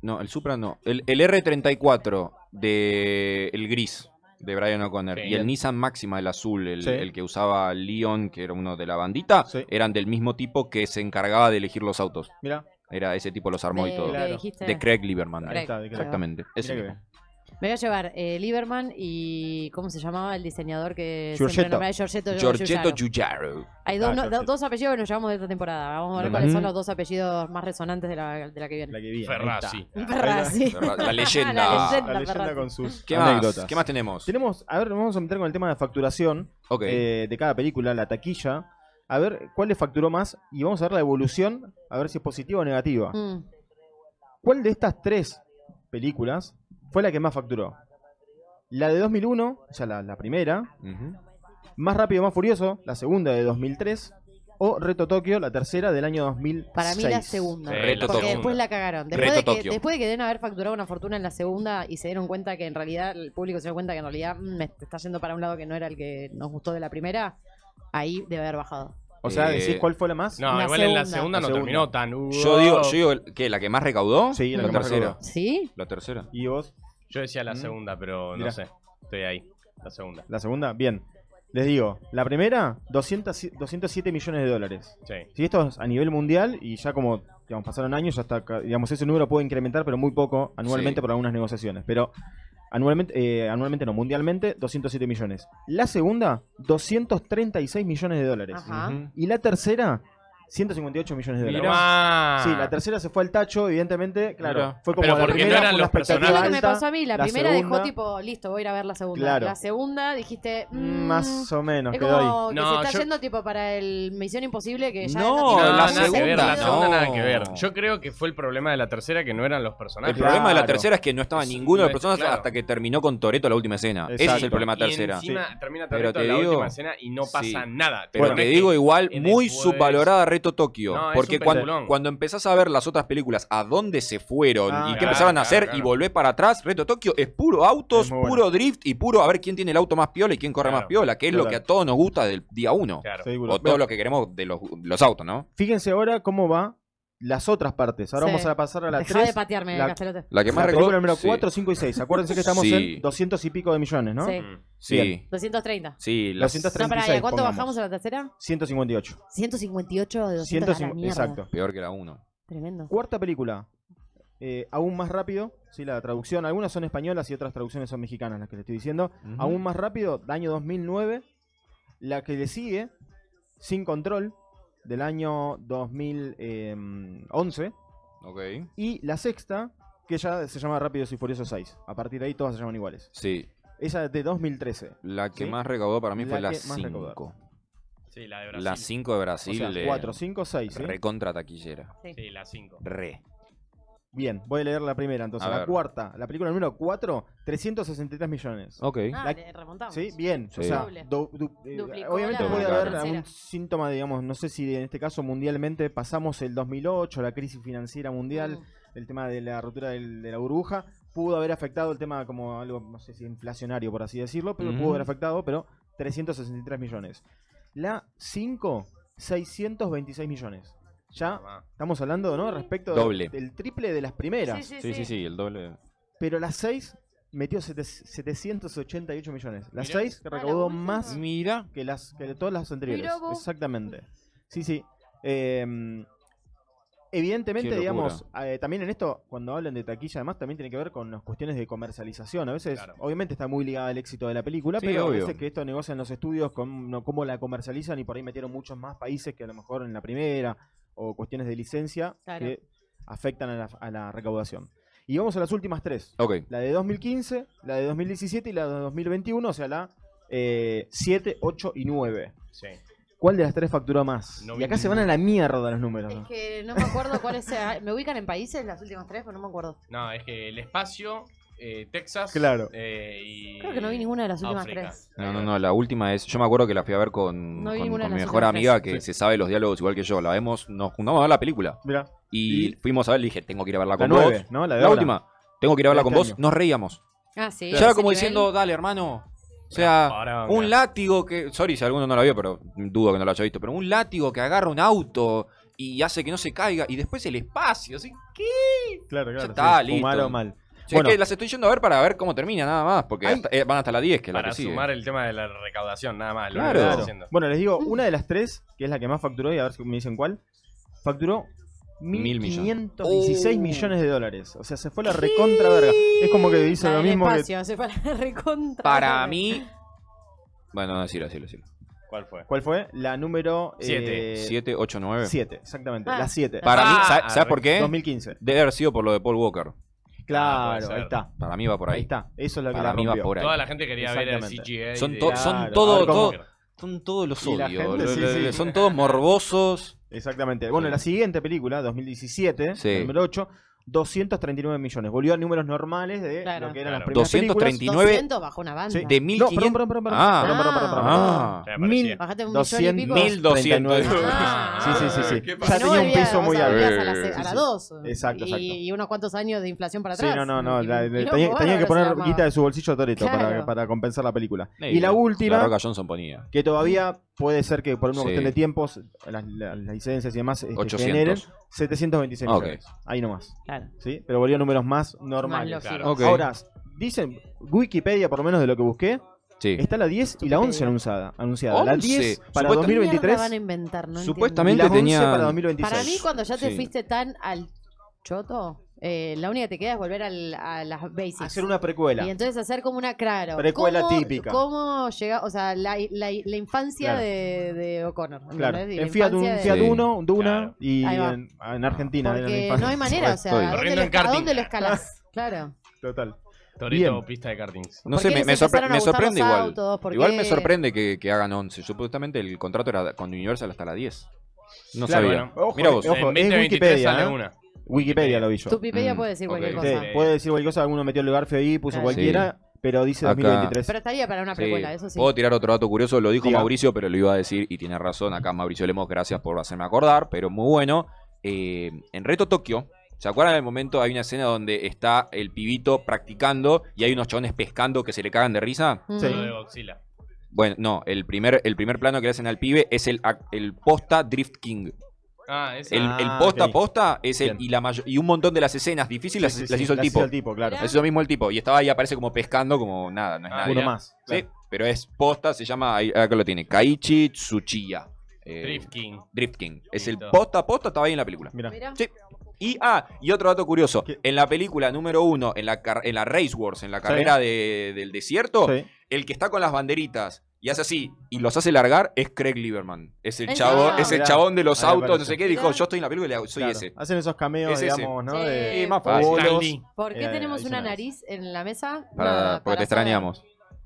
B: No, el Supra no. El, el R34 de el gris de Brian O'Connor
D: Sí.
B: y el Nissan Máxima, el azul, el,
C: Sí.
B: el que usaba Leon, que era uno de la bandita,
C: Sí.
B: eran del mismo tipo que se encargaba de elegir los autos.
C: Mira,
B: Era ese tipo los armó
E: de,
B: y todo.
E: que
C: Claro.
E: dijiste,
B: De Craig Lieberman.
E: Craig.
C: está, de Craig.
B: Exactamente. ese mismo.
E: me voy a llevar eh, Lieberman y ¿cómo se llamaba el diseñador que siempre
C: Giorgetto.
E: nombraba Giorgetto?
B: Giorgetto
E: Giugiaro.
B: Giugiaro.
E: Hay dos,
C: Ah,
E: no-
C: Giorgetto.
E: dos apellidos que nos llevamos de esta temporada. Vamos a
B: Ujú.
E: ver cuáles son los dos apellidos más resonantes de la, de la que viene.
C: la que viene. ahí
D: Ferrazzi.
C: está.
E: Ferrazzi.
B: La la leyenda.
E: La
C: La
E: leyenda.
C: leyenda
E: Ferrazzi.
C: con sus
B: ¿Qué
C: anécdotas.
B: más? ¿Qué más tenemos?
C: Tenemos, a ver, nos vamos a meter con el tema de facturación
B: Ok.
C: eh, de cada película, la taquilla. A ver cuál le facturó más y vamos a ver la evolución, a ver si es positiva o negativa.
E: Mm.
C: ¿Cuál de estas tres películas fue la que más facturó? La de 2001, o sea, la, la primera.
B: Ujú.
C: Más rápido, más furioso, la segunda de 2003. O Reto Tokio, la tercera del año 2006.
E: Para mí la segunda.
D: Sí,
B: Reto
E: porque
B: Tokio.
E: después la cagaron. Después
B: Reto
E: de, que,
B: Tokio.
E: después de que deben haber facturado una fortuna en la segunda y se dieron cuenta que en realidad, el público se dio cuenta que en realidad mm, me está yendo para un lado que no era el que nos gustó de la primera, ahí debe haber bajado.
C: O sea,
B: Eh,
C: decís cuál fue la más.
D: No,
E: La
D: igual en la
E: segunda.
D: segunda
C: La
D: no
C: segunda.
D: terminó tan. uh,
B: Yo digo, yo digo, el- ¿qué? ¿La que más recaudó?
C: Sí, la
B: la
C: que más
B: tercera.
C: recaudó.
E: ¿Sí?
B: La tercera.
C: Y vos,
D: Yo decía la
C: Mm.
D: segunda, pero
C: Mirá.
D: no sé. Estoy ahí. La segunda.
C: la segunda, bien. Les digo, la primera, 200, 207 millones de dólares.
D: Sí.
C: Si esto es a nivel mundial y ya como digamos, pasaron años, ya está, ca- digamos, ese número puede incrementar, pero muy poco anualmente
B: Sí.
C: por algunas negociaciones. Pero Anualmente, eh, anualmente no, mundialmente, 207 millones. La segunda, 236 millones de dólares.
E: Ajá.
D: Ujú.
C: Y la tercera, 158 millones de dólares.
D: Mirá.
C: Sí, la tercera se fue al tacho, evidentemente, claro.
D: Claro.
C: Fue como
D: Pero
C: la
D: porque no
C: primera,
D: eran
C: fue una
D: los
C: expectativa
E: Es lo
D: personajes.
E: que me
C: alta,
E: pasó a mí. La,
C: la
E: primera dejó
C: segunda-
E: tipo, listo, voy a ir a ver la segunda.
C: Claro.
E: La segunda dijiste. mm,
C: Más o menos,
E: Es
C: quedó ahí.
E: como que
D: No,
E: se está
D: yo-
E: yendo tipo para el Misión Imposible que ya
B: No, la
E: tiene nada
D: nada que ver, la
B: segunda,
D: segunda
B: no.
D: nada que ver. Yo creo que fue el problema de la tercera que no eran los personajes.
B: El problema de la
C: Claro.
B: tercera es que no estaba
D: Es-
B: ninguno de los
D: no es-
B: personajes
D: claro.
B: hasta que terminó con Toreto la última escena. Ese es el
C: Exacto.
B: problema de la
D: Y
B: tercera.
D: encima termina
B: Pero
D: Toretto
B: te
D: en la
B: digo-
D: última escena y no pasa
B: Sí.
D: nada.
B: Pero
D: No
B: te
D: es que-
B: digo igual,
D: que
B: muy
D: después-
B: subvalorada Reto Tokio.
D: No, es
B: porque
D: un
B: cuando,
D: peliculón.
B: cuando empezás a ver las otras películas, a dónde se fueron
C: Ah,
B: y qué
C: claro,
B: empezaron a
D: claro,
B: hacer
D: claro.
B: y volver para atrás, Reto Tokio es puro autos,
C: Es muy bueno.
B: puro drift y puro a ver quién tiene el auto más piola y quién corre
D: Claro,
B: más piola, que es lo
C: claro.
B: que a todos nos gusta del día uno.
D: Claro.
C: Seguro.
B: O todo lo que queremos de los, los autos, ¿no?
C: Fíjense ahora cómo va las otras partes. Ahora
E: Sí.
C: vamos a pasar a la
E: Dejá de
C: 3.
E: patearme,
C: la-
E: Castelote.
B: La que
C: La
B: más
C: película número
B: sí.
C: 4, 5 y 6. Acuérdense que estamos
B: Sí.
C: en 200 y pico de millones, ¿no?
E: Sí.
D: Mm.
B: Sí.
E: 230.
B: Sí, las-
C: 230.
E: No, pará, ¿y a cuánto
C: 36,
E: bajamos a la tercera?
C: 158.
E: 158 de 200 a la
C: 150,
E: mierda.
C: exacto.
B: peor que la 1.
E: Tremendo.
C: Cuarta película. eh, aún más rápido. Sí, la traducción. Algunas son españolas y otras traducciones son mexicanas, las que le estoy diciendo.
B: Ujú.
C: Aún más rápido, año 2009. La que le sigue, Sin Control, del año 2011.
B: Ok.
C: Y la sexta, que ya se llama Rápidos y Furiosos 6. A partir de ahí todas se llaman iguales.
B: Sí,
C: Esa es de 2013.
B: la que
C: Sí.
B: más recaudó para mí
C: La
B: fue la
C: que más recaudó.
B: 5.
D: Sí, la de Brasil.
B: La 5 de
C: O
B: Brasil.
C: sea,
B: eh,
C: 4, 5, 6. ¿sí?
B: Recontra taquillera.
D: Sí, la 5.
B: Re.
C: Bien, voy a leer la primera entonces.
B: A
C: la
B: ver.
C: cuarta, la película número 4, 363 millones.
B: Ok.
E: Ah,
C: La-
E: le remontamos.
C: Sí, bien.
B: Sí.
C: O sea,
E: Doble.
C: du- du- eh,
E: Duplicó
C: obviamente
B: la
C: puede haber
E: tercera.
C: algún síntoma, digamos, no sé si en este caso mundialmente pasamos el 2008, la crisis financiera mundial,
E: Mm.
C: el tema de la ruptura del- de la burbuja, pudo haber afectado el tema como algo, no sé si inflacionario, por así decirlo, pero pudo
B: Ujú.
C: haber afectado, pero 363 millones. La 5, 626 millones. Ya estamos hablando, ¿no? Respecto de-
B: Ah, Doble.
C: del triple de las primeras.
B: Sí, sí, sí, el doble.
E: Ah.
C: Pero la 6 metió 7- 788 millones. La
D: Mirá.
C: 6
E: Ah, la
C: recaudó
E: última.
C: más
B: Mira.
C: que las que todas las anteriores.
E: Mirá vos.
C: Exactamente. Sí, sí. Eh, evidentemente,
B: Qué
C: digamos, eh, también en esto, cuando hablan de taquilla, además, también tiene que ver con las cuestiones de comercialización. A veces,
D: Claro.
C: obviamente, está muy ligada al éxito de la película,
B: Sí,
C: pero
B: obvio.
C: a veces que esto negocian los estudios, con no, cómo la comercializan y por ahí metieron muchos más países que a lo mejor en la primera, o cuestiones de licencia
E: Claro.
C: que afectan a la, a la recaudación. Y vamos a las últimas tres.
B: Ok.
C: La de 2015, la de 2017 y la de 2021, o sea, la 7, 8 y 9.
D: Sí.
C: ¿Cuál de las tres facturó más?
D: No
C: y
D: vi
C: acá se van
D: ninguna.
C: a la mierda los números.
E: Es
C: ¿no?
E: que no me acuerdo cuáles sean. ¿Me ubican en países las últimas tres? Pues no me acuerdo.
D: No, es que el espacio, eh, Texas.
C: Claro.
D: eh, y
E: Creo que no vi ninguna de las últimas
D: África. Eh,
E: tres.
B: No, no, no, la última es. Yo me acuerdo que la fui a ver con,
E: No vi
B: con-
E: ninguna
B: con
E: de
B: mi
E: las
B: mejor
E: otras
B: amiga
E: tres.
B: que se sabe los diálogos igual que yo. La vemos, nos juntamos a ver la película.
C: Mirá,
B: Y,
C: Y-
B: fuimos a ver, le dije, tengo que ir a verla
C: la
B: Ah, con
C: 9,
B: vos.
C: ¿no? La de
B: La
C: ahora.
B: última, tengo que ir a verla
C: Este
B: con vos.
C: año.
B: Nos reíamos.
E: Ah, sí.
B: Ya
E: ese
B: era como
E: nivel.
B: diciendo, dale, hermano. O sea,
C: Ah,
D: Poronga.
B: un látigo que. Sorry si alguno no la vio, pero dudo que no lo haya visto. Pero un látigo que agarra un auto y hace que no se caiga. Y después el espacio. ¿sí? ¿Qué?
C: Claro,
B: Ya
C: claro.
B: está,
C: sí,
B: listo.
C: fumar o mal.
B: Sí,
C: Bueno.
B: es que las estoy yendo a ver para ver cómo termina, nada más. Porque
C: Ay.
B: hasta- eh, van hasta la 10, que es la
D: Para
B: que sigue.
D: sumar el tema de la recaudación, nada más. lo
B: Claro.
D: que estoy
C: Claro.
D: diciendo.
C: Bueno, les digo, una de las tres, que es la que más facturó, y a ver si me dicen cuál, facturó
B: Mil millones.
C: 1.516
B: Oh.
C: millones de dólares. O sea, se fue la recontra verga. Es como que dice
E: La
C: lo
E: del
C: mismo que
E: espacio, se fue a la recontra.
B: Para mí. Bueno, no, decirlo, decirlo, decirlo.
D: ¿Cuál fue?
C: ¿Cuál fue? La número Eh,
D: Siete.
B: 7, 8, 9.
C: 7, exactamente.
E: Ah.
C: la 7.
B: Para mí,
D: Ah,
B: ¿sabes, sabes por qué?
C: 2015.
B: Debe haber sido por lo de Paul Walker.
D: Ah,
C: Claro,
D: puede ser.
C: ahí está.
B: Para mí va por
C: Ahí
B: ahí.
C: está. Eso es lo que
B: Para
C: la
B: mí va
C: rompió.
B: por ahí.
D: Toda la gente quería ver el
C: Exactamente.
D: CGI.
B: Son
D: de-
B: to-
C: son
B: Claro,
C: todo-
D: a ver cómo-
B: todo- Son todos los
C: Y la
B: odios.
C: gente,
B: lo-
C: sí,
B: lo-
C: sí.
B: Son todos morbosos.
C: Exactamente. Bueno, la siguiente película, 2017,
B: Sí.
C: la número 8, 239 millones. Volvió a números normales de
E: Claro.
C: lo que eran
D: Claro.
C: las primeras
B: 230.
C: películas.
B: 19
E: 200 bajo una banda.
C: Sí.
B: De
C: No, perdón,
B: 1500.
C: perdón, perdón, perdón.
B: Ah.
C: perdón, perdón, perdón, perdón.
B: Ah.
D: Me
C: Mil-
D: parecía.
E: Bajate un millón y pico.
C: 200,
B: 1200.
E: Ah.
C: Sí, sí, sí, sí.
D: ¿Qué
C: Ya
D: pasó?
E: Si no,
C: tenía un
E: volvías-
C: peso
E: o
C: muy
E: sea,
B: alto.
E: volvías a la,
B: Sí,
E: se- a
B: sí,
E: la
C: sí.
E: 2.
C: Exacto, exacto.
E: Y, y unos cuantos años de inflación para
C: Sí,
E: atrás.
C: no, no, no.
E: Y-
C: la-
E: y
C: la-
E: no,
C: tenía, tenía
E: vos
C: que
E: ahora se
C: poner
E: llamaba.
C: guita de su bolsillo Toreto para,
E: Claro.
C: para compensar la película.
B: Eh,
C: y la última.
B: La Roca Johnson ponía.
C: que todavía puede ser que por una
B: Sí.
C: cuestión de tiempos, las, las- las licencias y demás este,
B: 800.
C: generen 726
B: Ah, ok.
C: millones. Ahí nomás.
E: Claro.
C: ¿sí? Pero volvió a números más normales.
E: Más
D: claro.
E: lógico.
B: Ok.
C: Ahora, dicen, Wikipedia, por lo menos de lo que busqué,
B: Sí.
E: Este,
C: está la 10 y la 11 anunciada. anunciada. La
B: 11.
C: 10
B: Supuesta-
C: para
E: ¿Qué mierda van a
C: 2023
E: inventar? No entiendo.
C: y
B: Supuestamente
C: la 11
B: tenía.
C: para
E: Para mí,
C: 2026.
E: cuando ya te
B: Sí.
E: fuiste tan al choto, eh, la única que te queda es volver al- a las basics.
C: Hacer una precuela.
E: Y entonces hacer como una, claro.
C: Precuela
E: ¿cómo-
C: típica.
E: ¿Cómo llega, o sea, la, la- la infancia
C: Claro.
E: de, de O'Connor?
C: Claro,
E: ¿entendés? Y la
C: en Fiat, un,
E: infancia de-
C: Fiat
B: Sí,
C: Uno, un Duna
D: claro.
C: y
E: Ahí va.
C: en, en Argentina. era la
E: Porque
C: infancia.
E: no hay manera, o sea, ¿a dónde,
D: Corriendo
E: lo,
D: en
E: a
D: karting.
E: dónde lo escalás? Claro.
C: Total.
D: Torito,
C: Bien.
D: pista de kartings.
B: No
E: ¿Por
B: sé,
E: qué
B: me,
E: les
B: me sorpre-
E: empezaron a
B: me
E: gustar
B: sorprende
E: los
B: igual.
E: autos? ¿Por
B: Igual
E: qué?
B: me sorprende que, que hagan 11. Supuestamente el contrato era con Universal hasta la 10. No
C: Claro,
B: sabía.
D: bueno.
C: Ojo, eh,
B: Mira vos.
C: ojo,
D: en
C: es
D: 2023
C: Wikipedia,
D: sale
C: ¿eh?
D: una.
C: Wikipedia lo vi yo.
E: Tu Wikipedia
B: Mm,
E: puede decir cualquier
B: ok.
C: Sí,
E: cosa.
C: puede decir cualquier cosa, alguno metió el garfio ahí, puso
E: Claro.
C: cualquiera, pero dice
B: Acá.
C: 2023.
E: Pero estaría para una
B: Sí.
E: precuela, eso sí.
B: Puedo tirar otro dato curioso, lo dijo
C: Diga.
B: Mauricio, pero lo iba a decir y tiene razón. Acá Mauricio Lemos, gracias por hacerme acordar, pero muy bueno. Eh, en Reto Tokio, ¿se acuerdan del momento? Hay una escena donde está el pibito practicando y hay unos chabones pescando que se le cagan de risa.
E: Mm.
C: Sí.
D: Lo de Godzilla.
B: Bueno, no, el primer, el primer plano que le hacen al pibe es el, ac- el posta Drift King.
D: Ah, esa.
B: El,
C: Ah,
B: el posta
C: ok.
B: posta es el.
C: Bien.
B: Y, la mayo- y un montón de las escenas difíciles
C: Sí,
B: las,
C: sí,
B: las
C: sí,
B: hizo el tipo.
C: claro.
B: Las hizo mismo el tipo. Y estaba ahí, aparece como pescando, como nada, no es
D: Ah,
B: nada.
D: bien.
C: Uno más.
B: Sí, pero es posta, se llama, ahí- acá lo tiene, Kaichi Tsuchiya. eh,
D: Drift King.
B: Drift King. Es el
D: Listo.
B: posta, posta, estaba ahí en la película.
C: Mirá.
E: Mirá.
B: Sí. Y, ah, y otro dato curioso.
C: ¿Qué?
B: En la película número uno, en la, car- en la Race Wars, en la carrera de- del desierto,
C: Sí.
B: el que está con las banderitas y hace así y los hace largar es Craig Lieberman. Es el,
E: ¿En
B: chabón,
E: serio?
B: es el
C: Ah, Mirá,
B: chabón de los
C: ahí
B: autos, no
C: aparece.
B: sé qué. Dijo,
E: Mirá.
B: yo estoy en la película y soy
C: Claro.
B: ese.
C: Hacen esos cameos,
B: Es ese.
C: digamos, ¿no?
E: Sí.
C: De
B: Y más
E: Fácil.
B: fácil.
D: Stan
C: bolos.
D: Lee.
E: ¿Por qué
C: Eh,
E: tenemos
C: ahí
E: una
C: se me
E: nariz en la mesa?
B: Para,
E: Nada,
B: porque te
E: saber.
B: extrañamos.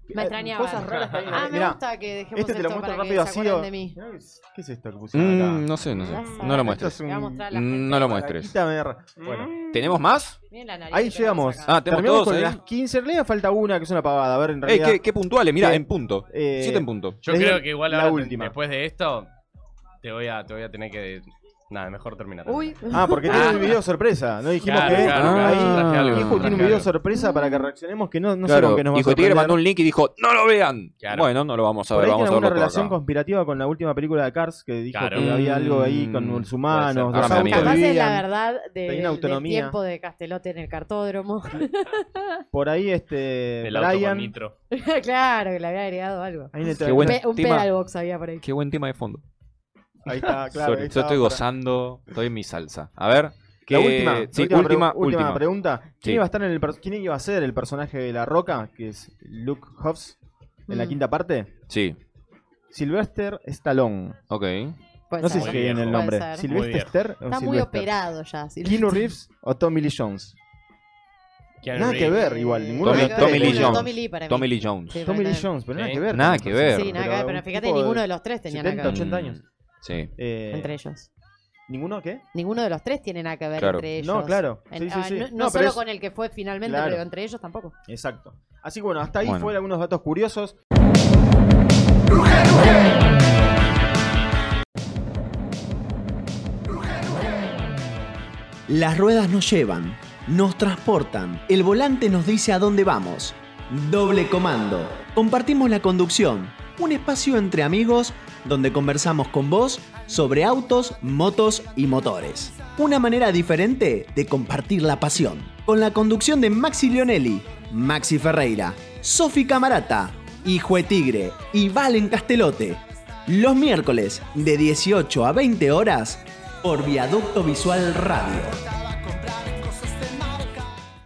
E: Me extrañaba.
C: Eh, Cosas raras que hay en la-
E: Ah, me
C: Mirá,
E: gusta que dejemos
C: este te lo
E: esto
C: muestro
E: para que
C: rápido
E: se
C: así.
E: acuerden
C: o-
E: de mí.
C: Mirá, ¿Qué es esto que pusieron acá?
B: Mm, no sé, no sé.
E: Ya
B: No lo
C: Esto
B: muestres.
C: es un-
E: Voy a mostrar a la gente.
B: Mm, No lo muestres.
C: Quita ver. Bueno,
D: Bueno.
B: ¿Tenemos más?
E: Miren la nariz
C: oh. ahí
E: que tenemos
C: llegamos.
E: acá.
B: Ah, tenemos
C: Terminamos
B: todos
C: con
B: ahí.
C: las 15. En realidad falta una que es una pavada. A ver, en
B: Eh,
C: realidad.
B: qué, qué puntuales, mira,
C: Sí.
B: en punto.
C: eh,
B: Siete en punto.
D: Yo
C: Les digo
D: creo que igual
C: la
D: ahora,
C: última.
D: después de esto, te voy a, te voy a tener que. Nada, mejor terminar.
E: Uy.
C: Ah, porque tiene un video sorpresa. No dijimos
D: Claro,
C: que.
D: claro, claro,
C: ahí,
D: traje algo,
C: Hijo,
D: traje
C: tiene un video
D: algo.
C: sorpresa para que reaccionemos que no, no sé
B: claro,
C: con qué nos va a
B: Hijo Tigre
C: sorprender.
B: mandó un link y dijo, no lo vean.
D: Claro.
B: Bueno, no lo vamos a
C: Por
B: ver,
C: ahí
B: vamos
C: tiene
B: a verlo
C: alguna
B: todo
C: relación
B: acá.
C: conspirativa con la última película de Cars que dijo
D: Claro.
C: que había algo ahí con los
D: Puede ser.
C: humanos, los
B: Ahora me
C: autos
B: amigo.
E: Capaz es la
C: vivían.
E: verdad de-
C: tenía
E: del- del
C: autonomía.
E: tiempo de Castelote en el cartódromo.
C: Por ahí este
D: El auto con
C: Brian.
D: nitro.
E: claro, que le había agregado algo.
C: Ahí, en el
B: Qué buen
E: Pe- un
B: tema.
E: pedal box había por ahí.
B: Qué buen tema de fondo.
C: ahí está, claro.
B: Sorry,
C: ahí
B: yo
C: estaba
B: estoy
C: para-
B: gozando, estoy en mi salsa. A ver,
C: La
B: ¿qué-
C: última,
B: sí,
C: última, pre-
B: última,
C: última
B: última.
C: pregunta. ¿Quién,
B: Sí.
C: iba a estar en el per- ¿Quién iba a ser el personaje de La Roca, que es Luke Hobbs, en la
E: Mm.
C: quinta parte?
B: Sí,
C: Sylvester Stallone.
B: ok.
E: Puede
C: No sé
E: ser.
C: si en
D: Muy
C: el
D: viejo.
C: nombre.
E: Puede ser.
D: Muy
C: ¿Sylvester
D: viejo.
C: Stallone o
E: Está muy
C: Sylvester?
E: operado ya. sí.
C: ¿Keanu Reeves o Tommy Lee Jones?
D: Keanu
C: Nada que
D: Reeves.
C: ver, igual. Ninguno
B: Tommy-
C: de los tres.
B: Tommy Lee
E: Bueno,
B: Jones.
E: Tommy Lee para mí.
B: Tommy Lee Jones.
E: Sí,
C: Tommy Lee
E: verdad.
C: Jones, pero nada
D: Sí.
C: que ver.
B: Nada
C: con
B: que
C: esa
B: ver.
C: persona.
E: Sí, nada que ver, pero
C: un
E: fíjate,
C: tipo de-
E: ninguno de los tres tenía nada que
C: 70,
E: ver
C: 80 años.
B: Sí.
C: eh,
E: entre ellos.
C: ¿Ninguno qué?
E: Ninguno de los tres tiene nada que ver
B: Claro.
E: entre ellos.
C: No, claro.
E: En-
C: Sí, sí,
E: ah,
C: sí.
E: No, no
C: No, pero
E: solo
C: es-
E: con el que fue finalmente,
C: Claro.
E: pero entre ellos tampoco.
C: Exacto. Así que bueno, hasta ahí
B: Bueno.
C: fueron algunos datos curiosos.
A: Las ruedas nos llevan, nos transportan, el volante nos dice a dónde vamos. Doble comando. Compartimos la conducción, un espacio entre amigos donde conversamos con vos sobre autos, motos y motores. Una manera diferente de compartir la pasión. Con la conducción de Maxi Leonelli, Maxi Ferreira, Sofi Camarata, Hijo de Tigre y Valen Castelote. Los miércoles de 18 a 20 horas por Viaducto Visual Radio.